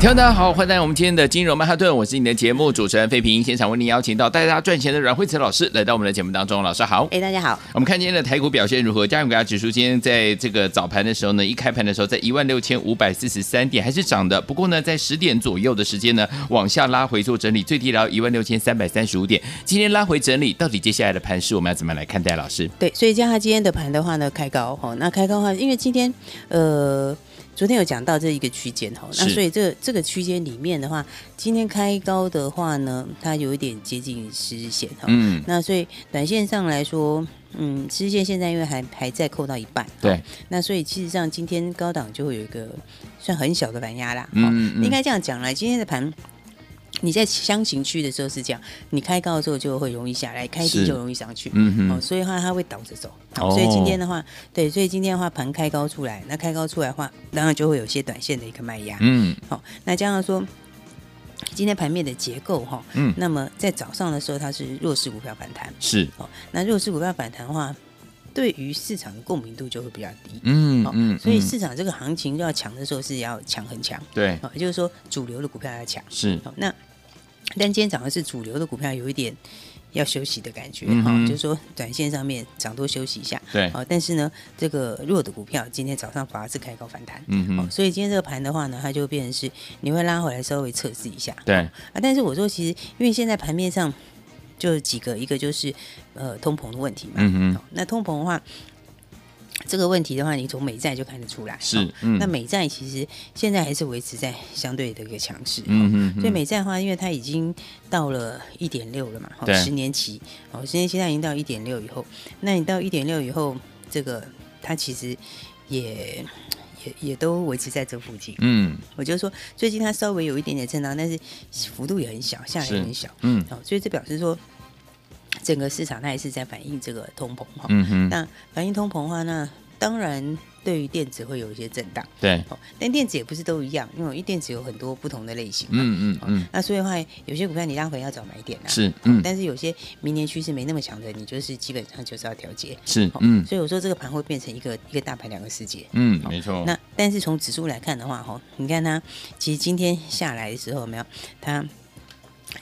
听众大家好，欢迎来到我们今天的金融曼哈顿，我是你的节目主持人费平，现场为您邀请到带大家赚钱的阮慧慈老师来到我们的节目当中，老师好。哎，大家好。我们看今天的台股表现如何？加权股价指数今天在这个早盘的时候呢，一开盘的时候在一万六千五百四十三点还是涨的，不过呢，在十点左右的时间呢，往下拉回做整理，最低来到一万六千三百三十五点。今天拉回整理，到底接下来的盘势我们要怎么来看待？老师，对，所以像它今天的盘的话呢，开高哈、哦，那开高的话，因为今天呃。昨天有讲到这一个区间哈，那是所以这这个区间里面的话，今天开高的话呢，它有一点接近十日线哈。嗯，那所以短线上来说，嗯，十日线现在因为还还在扣到一半，对，那所以其实上今天高档就会有一个算很小的反压啦，嗯哦嗯嗯应该这样讲啦，今天的盘。你在箱型区的时候是这样，你开高的时候就会容易下来，开低是就容易上去，嗯哼哦，所以的话它会倒着走。哦好，所以今天的话，对，所以今天的话盘开高出来，那开高出来的话，当然就会有一些短线的一个卖压。嗯好、那加上说。今天盘面的结构哈，嗯那么在早上的时候它是弱势股票反弹，是，哦，那弱势股票反弹的话，对于市场的共鸣度就会比较低，嗯哦嗯，所以嗯市场这个行情要强的时候是要强很强，对，哦，也就是说主流的股票要强，是好、那但今天早上是主流的股票有一点要休息的感觉，嗯哈、哼就是说短线上面涨多休息一下，对好、哦但是呢，这个弱的股票今天早上反而是开高反弹，嗯哼哦，所以今天这个盘的话呢，它就变成是你会拉回来稍微测试一下，对，啊，但是我说其实因为现在盘面上就几个，一个就是呃通膨的问题嘛，嗯哼哦那通膨的话。这个问题的话，你从美债就看得出来。是哦嗯那美债其实现在还是维持在相对的一个强势。嗯嗯哼所以美债的话，因为它已经到了一点六了嘛，对十年期，哦，十年期它已经到一点六以后，那你到一点六以后，这个它其实也也也都维持在这附近。嗯我就说最近它稍微有一点点震荡，但是幅度也很小，下来也很小。嗯哦，所以这表示说，整个市场它也是在反映这个通膨哈、嗯哼，那反映通膨的话，那当然对于电子会有一些震荡。对，哦，但电子也不是都一样，因为一电子有很多不同的类型嘛。嗯嗯嗯，那所以的话，有些股票你拉回要早买点啊。是嗯但是有些明年趋势没那么强的，你就是基本上就是要调节。是哦嗯所以我说这个盘会变成一个一个大盘两个世界。嗯，好没错，那但是从指数来看的话，吼，你看它其实今天下来的时候，有没有它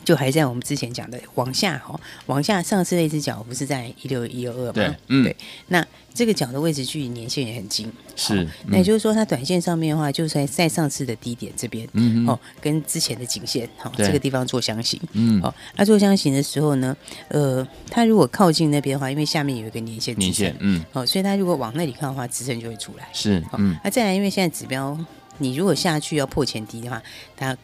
就还在我们之前讲的往下吼，往下上次那只脚不是在一六一六二对吗？嗯对，那这个脚的位置距离年线也很近，是好嗯那也就是说它短线上面的话，就是在在上次的低点这边，嗯哼哦，跟之前的颈线，哦，对这个地方做箱型，嗯哦，那做箱型的时候呢，呃，它如果靠近那边的话，因为下面有一个年线支年撑，限嗯哦，所以它如果往那里看的话，支撑就会出来。是好，那、嗯再来，因为现在指标，你如果下去要破前低的话，它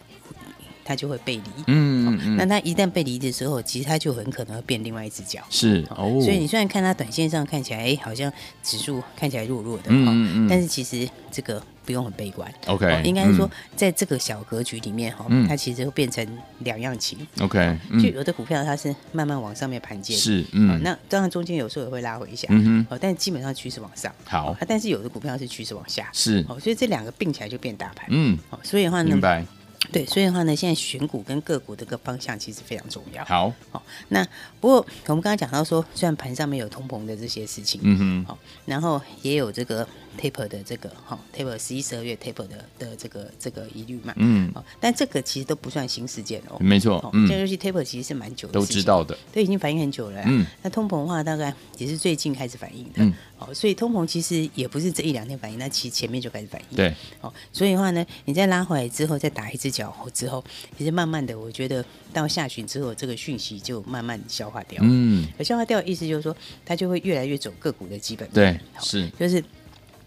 它就会背离。嗯嗯那嗯它一旦背离的时候，其实它就很可能会变另外一只脚。是哦，所以你虽然看它短线上看起来，哎、好像指数看起来弱弱的，嗯哦嗯嗯但是其实这个不用很悲观。 OK，哦应该是说嗯，在这个小格局里面哈、哦嗯它其实会变成两样情。 OK，就嗯有的股票它是慢慢往上面盘接的，是哦嗯那当然中间有时候也会拉回一下，嗯哼哦，但基本上趋势往上。好啊，但是有的股票是趋势往下，是哦，所以这两个并起来就变大盘。嗯哦，所以的话明呢，白对，所以的话呢，现在选股跟个股这个方向其实非常重要。好哦，那不过我们刚刚讲到说，虽然盘上面有通膨的这些事情，嗯哼好、然后也有这个 taper 的这个哈、taper 十一十二月 taper 的的这个这个疑虑嘛，嗯哦，但这个其实都不算新事件哦，没错哦，嗯这个东西 taper 其实是蛮久的，都知，道的都已经反映很久了啦。啊嗯那通膨的话，大概也是最近开始反映的。嗯哦，所以通膨其实也不是这一两天反应，那其实前面就开始反应。对哦，所以的话呢，你再拉回来之后，再打一只脚之后，其实慢慢的，我觉得到下旬之后，这个讯息就慢慢消化掉。嗯而消化掉的意思就是说，它就会越来越走个股的基本面。对好是就是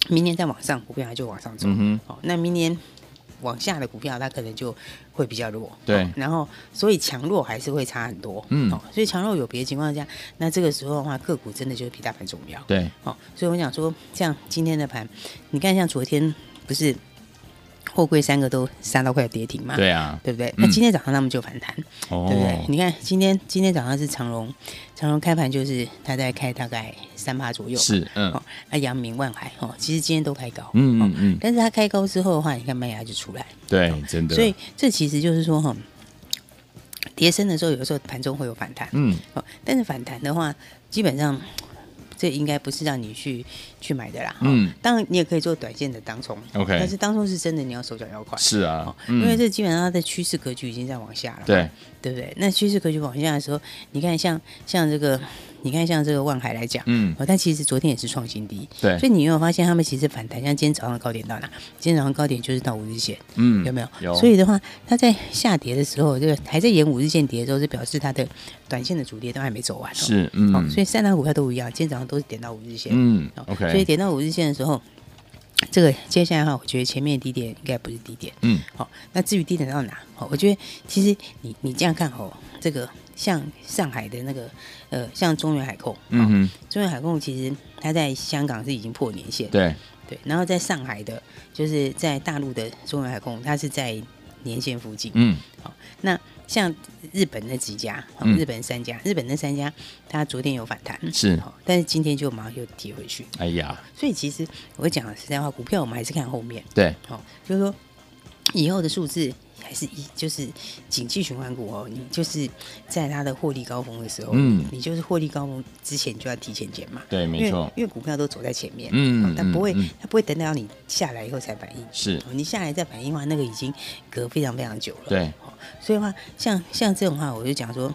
明年再往上，股票它就往上走。嗯哦，那明年往下的股票，它可能就会比较弱。对哦然后所以强弱还是会差很多。嗯哦，所以强弱有别的情况下，那这个时候的话，个股真的就是比大盘重要。对哦，所以我想说，像今天的盘，你看像昨天不是。货柜三个都杀到快跌停嘛，对啊，对不对？嗯那今天早上他们就反弹，哦对不对？你看今天今天早上是长荣，长荣开盘就是它在开大概三八左右，是，嗯哦，那阳明、万海哦，其实今天都开高，嗯哦嗯嗯，但是它开高之后的话，你看卖压就出来，对，啊真的，所以这其实就是说哈，哦跌升的时候，有的时候盘中会有反弹，嗯，哦，但是反弹的话，基本上这应该不是让你去去买的啦。嗯嗯，当然你也可以做短线的当冲 OK 但是当冲是真的，你要手脚要快。是哦啊，嗯因为这哦基本上它的趋势格局已经在往下了嘛，对对不对？那趋势格局往下的时候，你看像像这个，你看像这个万海来讲，嗯哦，但其实昨天也是创新低，对所以你有没有发现他们其实反弹？像今天早上的高点到哪？今天早上高点就是到五日线，嗯有没有？有，所以的话，它在下跌的时候，这个还在沿五日线跌的时候，是表示它的短线的主跌都还没走完、哦。是，哦嗯，所以三档股票都一样，今天早上都是点到五日线。嗯哦，OK，所以点到五日线的时候，这个接下来的话，我觉得前面的低点应该不是低点。嗯，好、那至于低点到哪，好、我觉得其实你你这样看哦，这个像上海的那个呃，像中原海控，嗯哼，中原海控其实它在香港是已经破年限，对，对，然后在上海的，就是在大陆的中原海控，它是在年线附近。嗯，那像日本那几家，哦嗯日本三家，日本那三家，它昨天有反弹，是哦，但是今天就马上又跌回去。哎呀，所以其实我讲实在话，股票我们还是看后面，对，哦，就是说以后的数字还是一就是景气循环股哦，你就是在它的获利高峰的时候，嗯你就是获利高峰之前就要提前减码，对，因没为错，因为股票都走在前面，嗯哦它不会嗯嗯它不会等到你下来以后才反应，是，哦你下来再反应的话，那个已经隔非常非常久了，对，所以的话，像像这种话，我就讲说，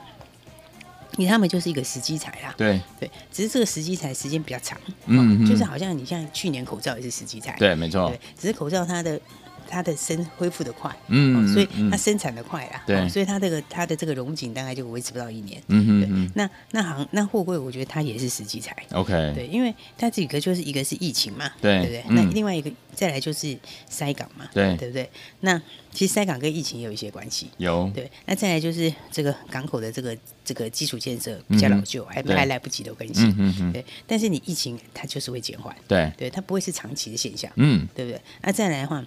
你他们就是一个时机财啦，对，对，只是这个时机财时间比较长，嗯，哦就是嗯好像你像去年口罩也是时机财，对，没错对，，只是口罩它的它的生恢复的快，嗯哦所以嗯它生产的快啦，对哦所以它这个它的这个容景大概就维持不到一年，嗯对哼嗯那那行那货柜，我觉得它也是时机财。 ，OK，对，因为它这个就是一个是疫情嘛，嗯对对不对？嗯那另外一个再来就是塞港嘛，对对不对？那其实塞港跟疫情也有一些关系，有，对。那再来就是这个港口的这个这个基础建设比较老旧，还嗯对还来不及都更嗯新，哼哼，对。但是你疫情它就是会减缓，对，对，它不会是长期的现象，嗯，对不对？那再来的话，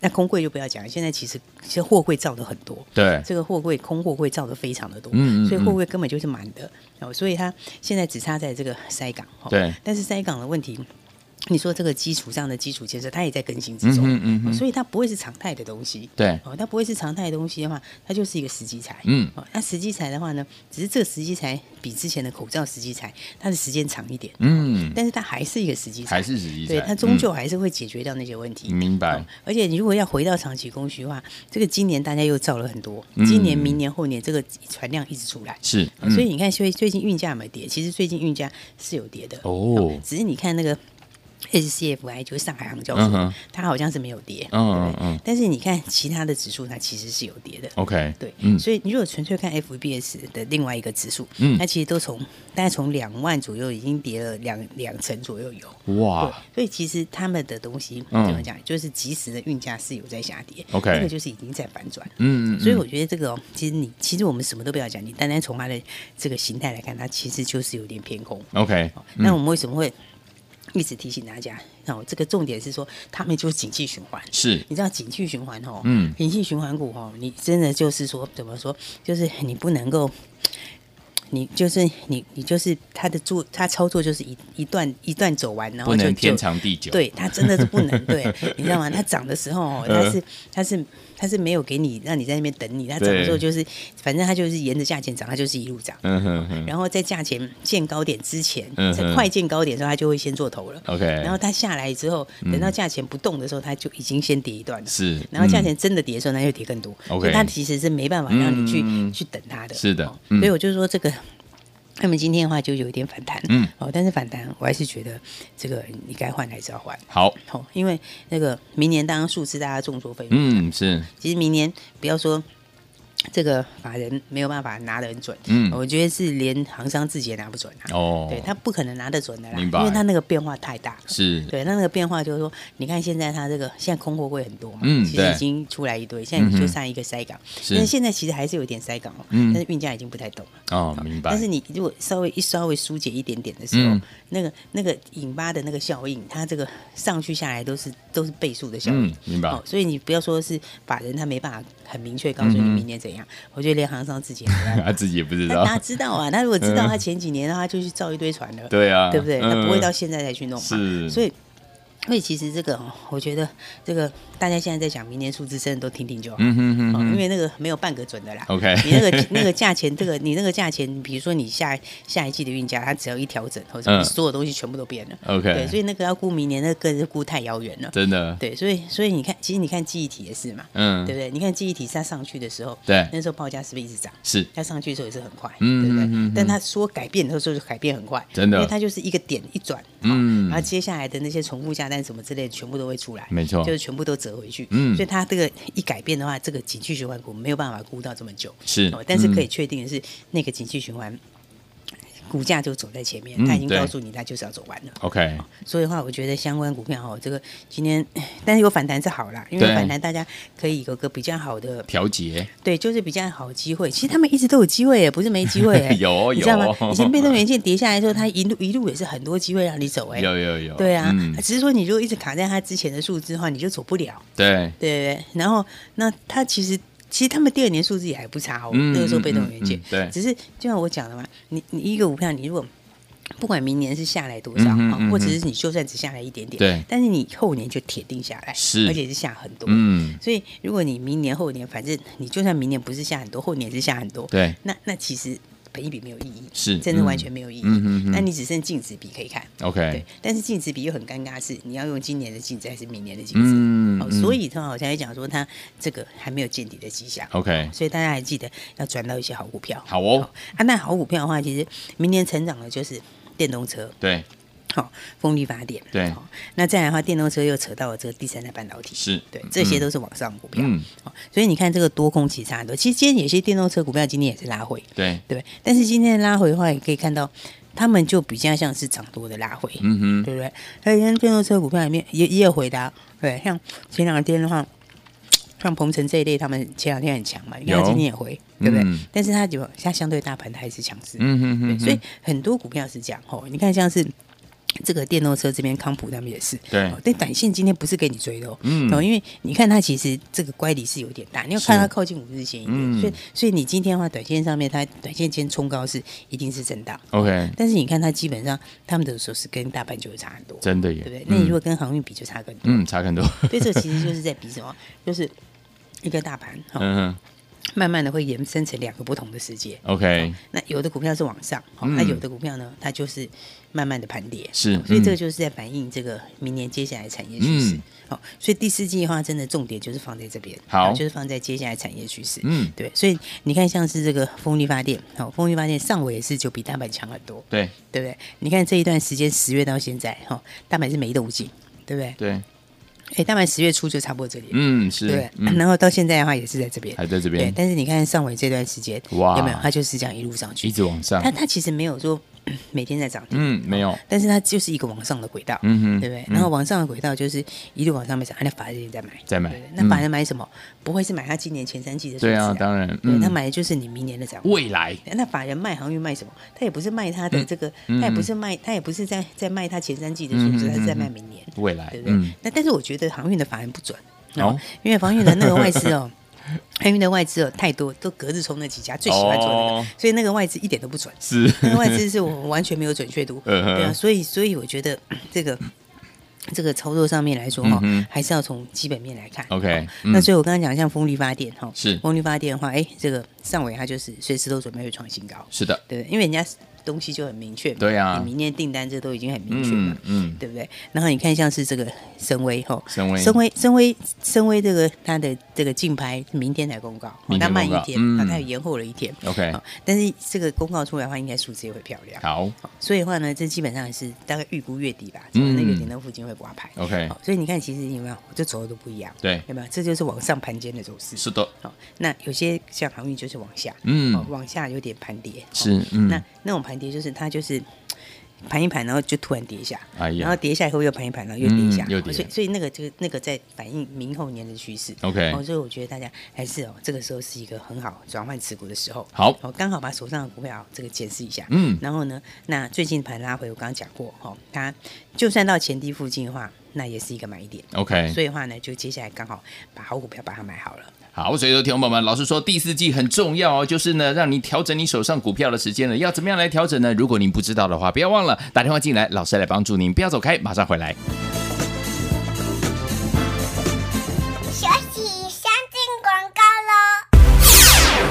那空柜就不要讲，现在其实其实货柜造的很多，对，这个货柜空货柜造的非常的多，嗯嗯所以货柜根本就是满的哦，所以它现在只差在这个塞港哦，对但是塞港的问题。你说这个基础上的基础建设，它也在更新之嗯中，哼嗯哦哼，所以它不会是常态的东西。对，哦，它不会是常态的东西的话，它就是一个时机财。嗯哦，那时机财的话呢，只是这个时机财比之前的口罩时机财，它的时间长一点，嗯，但是它还是一个时机财，还是实际嗯对，在它终究还是会解决掉那些问题。嗯明白哦，而且你如果要回到长期供需的话，这个今年大家又造了很多，嗯今年、明年、后年这个船量一直出来，是嗯哦，所以你看，所以最近运价有没有跌？其实最近运价是有跌的，哦只是你看那个 SCFI 就是上海航交嗯所哼，它好像是没有跌，嗯对不嗯对嗯但是你看其他的指数，它其实是有跌的。 ，OK，对，嗯，所以你如果纯粹看 FBS 的另外一个指数，嗯它其实都从大概从两万左右已经跌了两两成左右有，对哇，，所以其实他们的东西怎嗯么讲，就是即时的运价是有在下跌 OK 那个就是已经在反转。嗯，嗯所以我觉得这个、哦，其实你其实我们什么都不要讲，你单单从它的这个形态来看，它其实就是有点偏空。嗯 OK，哦那我们为什么会一直提醒大家？哦，这个重点是说，他们就是景气循环。是你知道景气循环哦，嗯景气循环股哦，你真的就是说怎么说，就是你不能够，你就是你你就是它的做它操作就是一一段一段走完，然后不就能天就长地久，，对，它真的是不能 对，你知道吗？它涨的时候哦，它嗯是它是它是没有给你让你在那边等你，它涨的时候就是反正它就是沿着价钱涨，它就是一路涨。嗯哼哼然后在价钱见高点之前，嗯在哼快见高点的时候，它就会先做头了。 ，OK，嗯然后它下来之后，等到价钱不动的时候，它就已经先跌一段了。是，然后价嗯钱真的跌的时候，那就跌更多。 OK 所以它其实是没办法让你去、嗯去等它的。是的哦嗯所以我就说这个。他们今天的话就有一点反弹，嗯，哦，但是反弹我还是觉得这个你该换还是要换，好，哦，因为嗯那个明年当然数字大家众说纷纭，嗯，是，其实明年不要说这个法人没有办法拿得很准，嗯我觉得是连行商自己也拿不准啊，哦，对他不可能拿得准的啦，明白因为他那个变化太大了。是，对，那那个变化就是说，你看现在它这个现在空货柜很多嘛，嗯其对实已经出来一堆，现在你嗯就哼上一个塞港，是但是现在其实还是有点塞港哦，嗯但是运价已经不太动了。哦，明白，但是你如果稍微一稍微疏解一点点的时候，嗯那个那个引发的那个效应，它这个上去下来都是都是倍数的效应。嗯，明白哦，，所以你不要说是法人他没办法很明确告诉你嗯哼明年怎样，我觉得连行商自己也没 办法他自己也不知那道大，家知道啊，他如果知道嗯他前几年，他就去造一堆船了，对啊，对不对？他不会到嗯现在才去弄嘛。是所以，所以其实这个哦，我觉得这个大家现在在讲明年数字，真的都听听就好。嗯哼哼哦因哼为那个没有半个准的啦。 ，OK，你那个那个价钱，这个你那个价钱，比如说你下下一季的运价，它只要一调整，或者嗯呃所有东西全部都变了。 OK 对，所以那个要估明年，那个更是估太遥远了。真的，对，所以所以你看，其实你看记忆体也是嘛，嗯对，不对？你看记忆体它上去的时候，对那时候报价是不是一直涨？是它上去的时候也是很快，嗯对不对？嗯嗯嗯但它说改变的时候就改变很快，真的因为它就是一个点一转，嗯嗯，然后接下来的那些重复下单什么之类的，全部都会出来，没错就是全部都折回去，嗯所以它这个一改变的话，这个景气循环股没有办法估到这么久，是哦但是可以嗯确定的是，那个景气循环。股价就走在前面，嗯它已经对告诉你，它就是要走完了。 ，OK，所以的话，我觉得相关股票哦，这个今天， 但是有反弹是好啦，因为对反弹大家可以有个比较好的调节，对，就是比较好的机会。其实他们一直都有机会耶，不是没机会 耶。有你知道吗？有以前被动元件跌下来的时候，它一路一路也是很多机会让你走哎。有有有，对啊，嗯只是说你如果一直卡在它之前的数字的话，你就走不了。对，对对对。然后那它其实其实他们第二年数字也还不差哦，嗯那个时候被动嗯嗯元件。嗯对只是就像我讲的嘛，你你一个股票，你如果不管明年是下来多少嗯哼啊嗯哼或者是你就算只下来一点点，对但是你后年就铁定下来，是而且是下很多，嗯，所以，如果你明年、后年，反正你就算明年不是下很多，后年也是下很多，对，那那其实本一比没有意义，是真的完嗯全没有意义。嗯哼哼那你只剩净值比可以看，对，OK，。但是净值比又很尴尬的是，你要用今年的净值还是明年的净值？嗯哦，嗯所以的话，我才会讲说它这个还没有见底的迹象。 OK，所以大家还记得要转到一些好股票。好哦，啊，那好股票的话，其实明年成长的就是电动车，对，好、风力发电，对好那再来的话，电动车又扯到了这个第三代半导体，是对，这些嗯都是往上股票。嗯，哦，所以你看这个多空其实差很多。其实今天有些电动车股票今天也是拉回，对，对不对？但是今天的拉回的话，也可以看到他们就比较像是涨多的拉回，嗯哼，对不对？而且像电动车股票里面也也有回答，对，像前两天的话。像鹏程这一类，他们前两天很强嘛，你看有今天也回，对不对？嗯但是它就它相对大盘它还是强势，嗯哼哼，对，所以很多股票是这样哦。你看像是。这个电动车这边康普他们也是，对哦但短线今天不是给你追的哦，嗯哦，因为你看它其实这个乖离是有点大，你要看它靠近五日线一点，嗯所以所以你今天的话，短线上面它短线今天冲高是一定是震荡， OK，但是你看它基本上他们的手势跟大盘就会差很多，真的耶，对不对？那你如嗯果哦跟航运比就差更多，嗯差很多，对，这其实就是在比什么？就是一个大盘哈、哦嗯哼慢慢的会延伸成两个不同的世界， ，OK，那有的股票是往上，好、嗯那有的股票呢，它就是慢慢的盘跌，是所以嗯这个就是在反映这个明年接下来产业趋势嗯。好、所以第四季的话，真的重点就是放在这边，好就是放在接下来产业趋势。嗯对，所以你看，像是这个风力发电，好、风力发电上尾也是就比大盘强很多，对对不对？你看这一段时间，十月到现在，哈、大盘是没动静，对不对？对，哎，大盘十月初就差不多这里了，嗯对是，， 然嗯后到现在的话也是在这边，还在这对边，但是你看上尾这段时间，哇有没有？它就是这样一路上去，一直往上它，它其实没有说 每天在涨停，嗯没有，但是它就是一个往上的轨道，嗯哼对不对？嗯然后往上的轨道就是一路往上面涨，啊那法人也在买，再买对不对那嗯法人买什么？不会是买它今年前三季的数字对啊，当然，对嗯他买的就是你明年的展望。未来，那法人卖航运卖什么？他也不是卖他的这个，嗯他也不是卖，他也不是在在卖他前三季的数字，嗯嗯嗯他是在卖明年，未来对，不对嗯？那但是我觉得航运的法人不准哦，因为航运的那个外 资哦。航运的外资哦太多，都隔日冲那几家最喜欢做那个哦，所以那个外资一点都不准。是，那个外 资是我们完全没有准确度，嗯哼对啊，所以所以我觉得 这个这个操作上面来说哈、嗯哼还是要从基本面来看。 OK，哦嗯那所以我刚刚讲像风力发电哈、是风力发电的话，哎，这个上尾它就是随时都准备会创新高，是的，对不对，因为人家东西就很明确嘛。对啊你明天订单这都已经很明确了嗯。嗯，对不对？然后你看，像是这个深威吼，深威深威，深威，深威，这个它的这个竞拍明天才公告，哦明天它慢公一告天，嗯啊它也延后了一天。 OK 好但是这个公告出来的话，应该数字也会漂亮。好好所以的话呢，这基本上是大概预估月底吧，可能嗯月底那附近会挂牌。 ，OK，哦好所以你看，其实有没有，这走的都不一样，对有没有？这就是往上盘间的走势。是的，好，那有些像航运就是往下，嗯哦，往下有点盘跌，哦是，嗯，那那种盘跌就是它就是盘一盘，然后就突然跌一下，哎呀然后跌一下以后又盘一盘，然后又跌一下，哦嗯又跌所以所以那个这个那个在反映明后年的趋势。 OK 哦，所以我觉得大家还是哦，这个时候是一个很好转换持股的时候。好哦，刚好把手上的股票这个检视一下。嗯然后呢，那最近盘拉回，我刚刚讲过，哦，它就算到前低附近的话，那也是一个买点。 OK，所以的话呢，就接下来刚好把好股票把它买好了。好，所以说，听众朋友们，老师说第四季很重要哦，就是呢，让你调整你手上股票的时间了。要怎么样来调整呢？如果您不知道的话，不要忘了打电话进来，老师来帮助您。不要走开，马上回来。学习先进广告喽。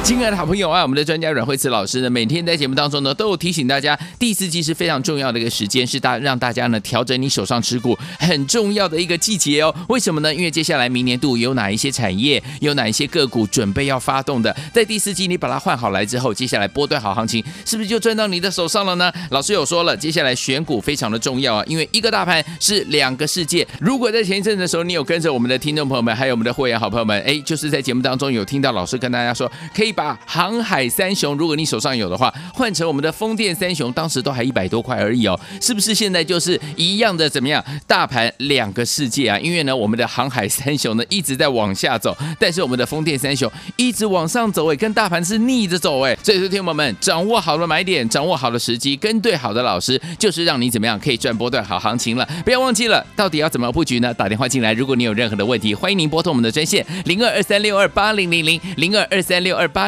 亲爱的好朋友啊，我们的专家阮慧慈老师呢，每天在节目当中呢，都有提醒大家，第四季是非常重要的一个时间，是大让大家呢调整你手上持股很重要的一个季节哦。为什么呢？因为接下来明年度有哪一些产业，有哪一些个股准备要发动的，在第四季你把它换好来之后，接下来波段好行情是不是就赚到你的手上了呢？老师有说了，接下来选股非常的重要啊，因为一个大盘是两个世界。如果在前一阵子的时候，你有跟着我们的听众朋友们，还有我们的会员好朋友们，哎，就是在节目当中有听到老师跟大家说，可以把航海三雄，如果你手上有的话，换成我们的风电三雄，当时都还一百多块而已哦，是不是？现在就是一样的怎么样？大盘两个世界啊，因为呢，我们的航海三雄呢一直在往下走，哎但是我们的风电三雄一直往上走，哎，跟大盘是逆着走，哎，所以说，听众朋友们，掌握好了买点，掌握好了时机，跟对好的老师，就是让你怎么样可以赚波段好行情了。不要忘记了，到底要怎么布局呢？打电话进来，如果你有任何的问题，欢迎您拨通我们的专线零二二三六二八零零零零二二三六二八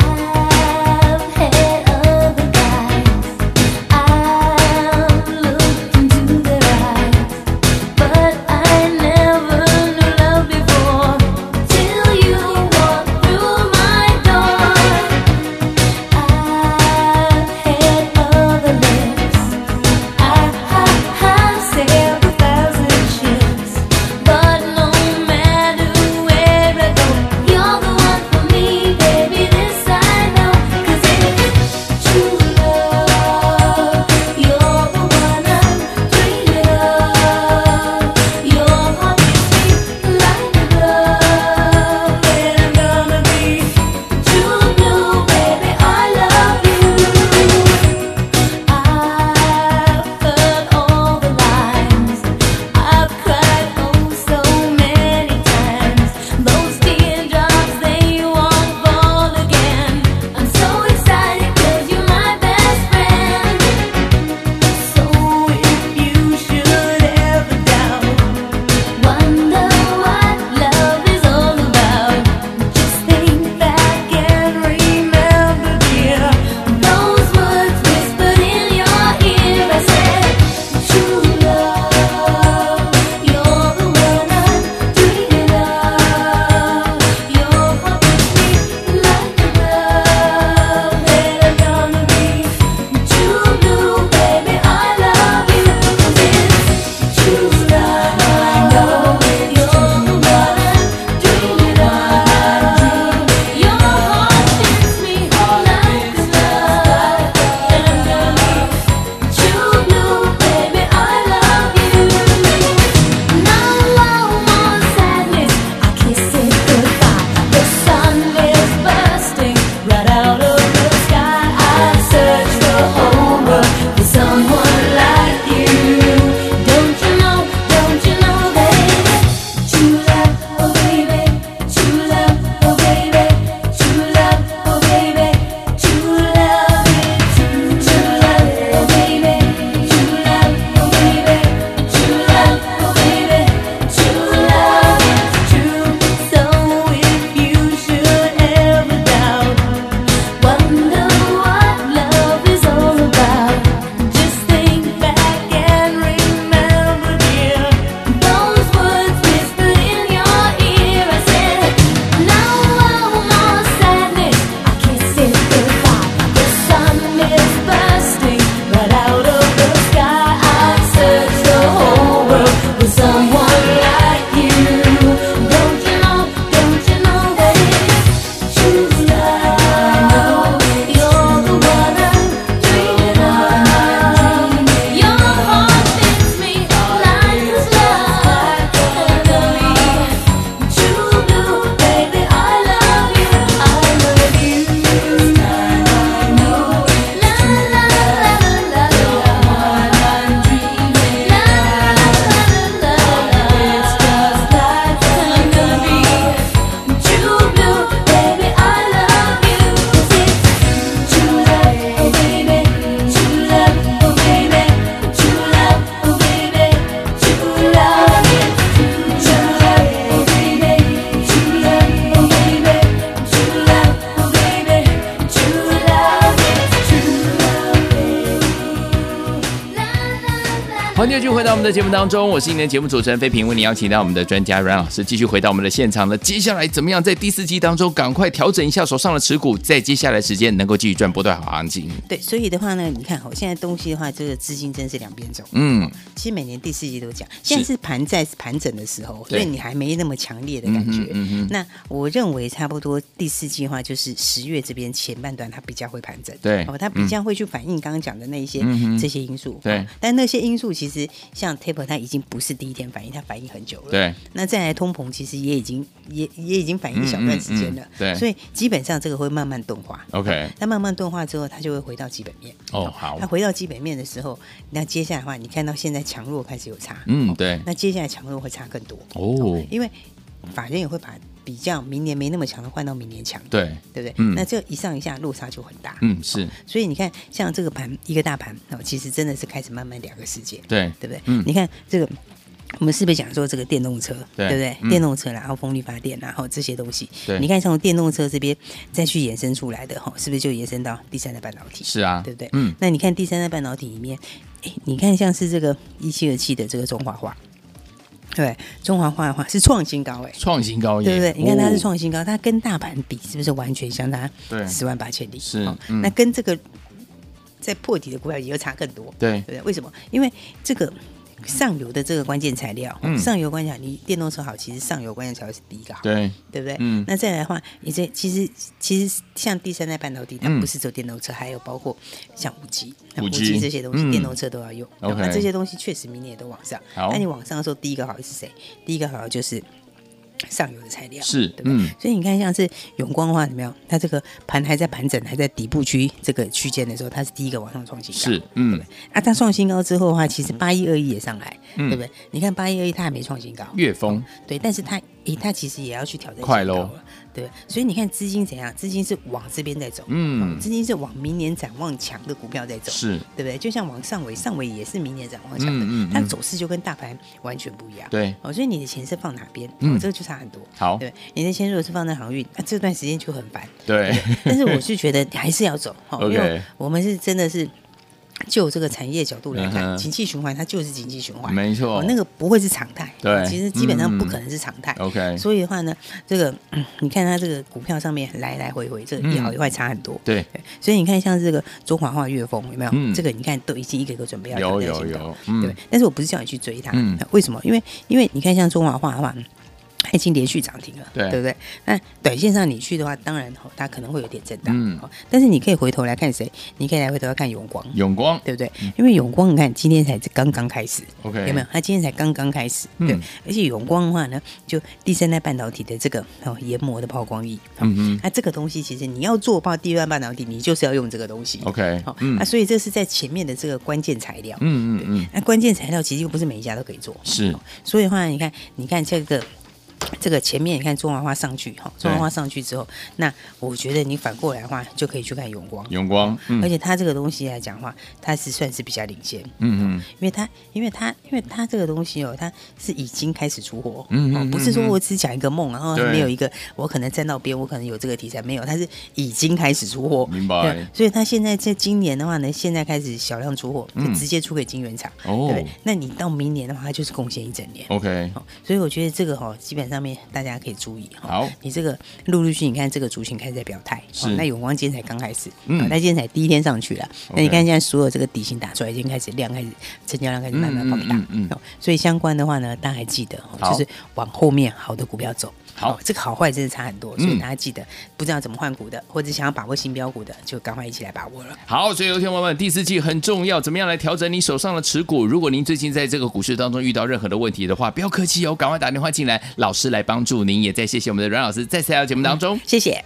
I've had other guys. I've looked into their eyes, but I never knew love before till oh 欢迎继续回到我们的节目当中，我是今天的节目主持人飞平，为您邀请到我们的专家阮老师继续回到我们的现场了。接下来怎么样在第四季当中赶快调整一下手上的持股，在接下来时间能够继续赚波段好行情？对，所以的话呢，你看哦，现在东西的话，这个资金真是两边走。嗯，其实每年第四季都讲，现在是盘在盘整的时候，所对以你还没那么强烈的感觉。嗯哼嗯哼那我认为差不多第四季的话，就是十月这边前半段它比较会盘整，对哦，它比较会去反映刚刚讲的那一些、嗯哼这些因素，对哦但那些因素其实像 Taper 它已经不是第一天反应，它反应很久了，。对，那再来通膨其实也已经也也已经反映一小段时间了，嗯嗯嗯对所以基本上这个会慢慢钝化。 OK 那慢慢钝化之后，它就会回到基本面。哦，好它，回到基本面的时候，那接下来的话，你看到现在强弱开始有差，嗯，对，那接下来强弱会差更多，哦，因为法人也会把比较明年没那么强的换到明年强，对，对不对？嗯那这一上一下落差就很大，哦嗯，是，所以你看，像这个盘一个大盘哦，其实真的是开始慢慢两个世界，对，对不对？嗯你看这个。我们是不是讲说这个电动车，对对不对？嗯电动车啦，然后风力发电啦，然后这些东西对，你看从电动车这边再去延伸出来的哈，是不是就延伸到第三代半导体？是啊，对不对？嗯，那你看第三代半导体里面，哎，你看像是这个一七二七的这个中华化，对，中华化的话是创新高哎、创新高对耶，不对？你看它是哦创新高，它跟大盘比是不是完全相差？对十万八千里是哦嗯那跟这个在破底的股票也要差更多，对对不对？为什么？因为这个。上游的这个关键材料，嗯上游关键材料你电动车好，其实上游关键材料是第一个好，对，对不对？嗯那再来的话，你这其实其实像第三代半导体，它嗯不是走电动车，还有包括像五 G、 5G 这些东西，嗯电动车都要用。 OK 那这些东西确实明年也都往上。好那你往上的时候，第一个好的是谁？第一个好的就是上游的材料，是对不对？嗯，所以你看，像是永光的话，怎么样？它这个盘还在盘整，还在底部区这个区间的时候，它是第一个往上创新高。是，嗯，啊，它创新高之后的话，其实八一二一也上来，嗯对不对？你看八一二一它还没创新高，岳峰，对，但是它诶，它其实也要去挑战快新高咯了，对，所以你看资金怎样，资金是往这边在走，哦嗯资金是往明年展望强的股票在走，是，对不对？就像往上尾，上尾也是明年展望强的，嗯嗯嗯它的走势就跟大盘完全不一样，对哦，所以你的钱是放哪边，嗯哦，这个就差很多，好对，你的钱如果是放在航运，那、这段时间就很烦，对， 但是我是觉得还是要走，哦，OK 因为我们是真的是。就这个产业角度来嗯看，哼景气循环它就是景气循环，没错哦，那个不会是常态。哦对其实基本上不嗯可能是常态。 OK 所以的话呢，这个、 嗯你看它这个股票上面来来回回，这个一好一坏差很多。嗯对，对，所以你看像这个中华化月风有没有？嗯这个你看都已经一个一个准备要有挑战有新高有，嗯对。但是我不是叫你去追它，嗯为什么？因为因为你看像中华化的话。它已经连续涨停了，对不对？那短线上你去的话，当然哦它可能会有点震荡，嗯哦但是你可以回头来看谁，你可以来回头来看永光，永光对不对？因为永光，你看今天才刚刚开始 OK 有没有？它今天才刚刚开始，对。嗯而且永光的话呢，就第三代半导体的这个哦研磨的抛光液，哦嗯哼那、这个东西其实你要做爆第一代半导体，你就是要用这个东西。 ，OK，好、嗯啊，所以这是在前面的这个关键材料。嗯嗯嗯，那关键材料其实又不是每一家都可以做，是，所以的话，你看，你看这个。这个前面你看中华花上去哈，中华花上去之后，那我觉得你反过来的话，就可以去看永光，永光，嗯而且它这个东西来讲的话，它是算是比较领先，嗯嗯，因为它，因为它，因为它这个东西哦，它是已经开始出货，嗯哦嗯不是说嗯我只讲一个梦，然后还对没有一个我可能站到边，我可能有这个题材没有，它是已经开始出货，明白对所以它现在在今年的话呢，现在开始小量出货，就嗯直接出给晶圆厂，哦对不对那你到明年的话，它就是贡献一整年。 ，OK，哦所以我觉得这个哈、哦，基本上面大家可以注意哈、好你这个陆陆续，你看这个族群开始在表态，是那永光今天才刚开始，嗯嗯，那今天才第一天上去了，那 OK 你看现在所有这个底薪打出来，已经开始量开始成交量开始慢慢嗯放大，嗯嗯嗯哦所以相关的话呢，大家还记得、哦，好就是往后面好的股票走。好这个好坏真的差很多，所以嗯大家记得，不知道怎么换股的，或者想要把握新标股的，就赶快一起来把握了。好，所以有天我们第四季很重要，怎么样来调整你手上的持股？如果您最近在这个股市当中遇到任何的问题的话，不要客气哦，赶快打电话进来，老师来帮助您。也再谢谢我们的阮老师再次来到节目当中。谢谢。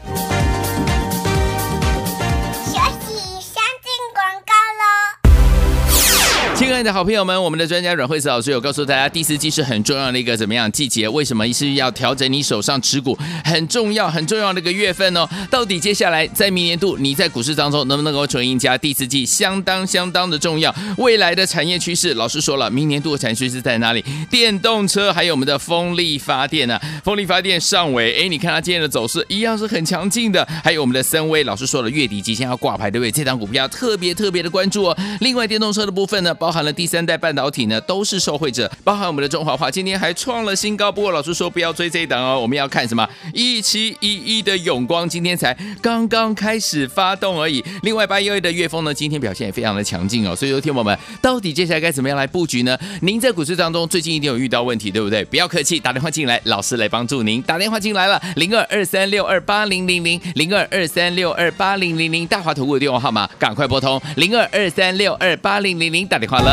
学习先进广告喽。亲爱的好朋友们，我们的专家阮慧慈老师有告诉大家，第四季是很重要的一个怎么样季节？为什么是要调整你手上持股很重要、很重要的一个月份哦？到底接下来在明年度你在股市当中能不能够成为赢家？第四季相当相当的重要。未来的产业趋势，老师说了，明年度的产业趋势在哪里？电动车还有我们的风力发电啊，风力发电上尾，哎，你看它今天的走势一样是很强劲的。还有我们的森威，老师说了，月底即将要挂牌，对不对？这档股票特别特别的关注哦。另外，电动车的部分呢，包含了。呢，第三代半导体呢都是受惠者，包含我们的中华化，今天还创了新高。不过老师说不要追这一档哦，我们要看什么？一七一一的永光，今天才刚刚开始发动而已。另外八一二的岳峰呢，今天表现也非常的强劲哦。所以，说，听友们，到底接下来该怎么样来布局呢？您在股市当中最近一定有遇到问题，对不对？不要客气，打电话进来，老师来帮助您。打电话进来了，零二二三六二八零零零零二二三六二八零零零，大华投顾的电话号码，赶快拨通零二二三六二八零零零，打电话了。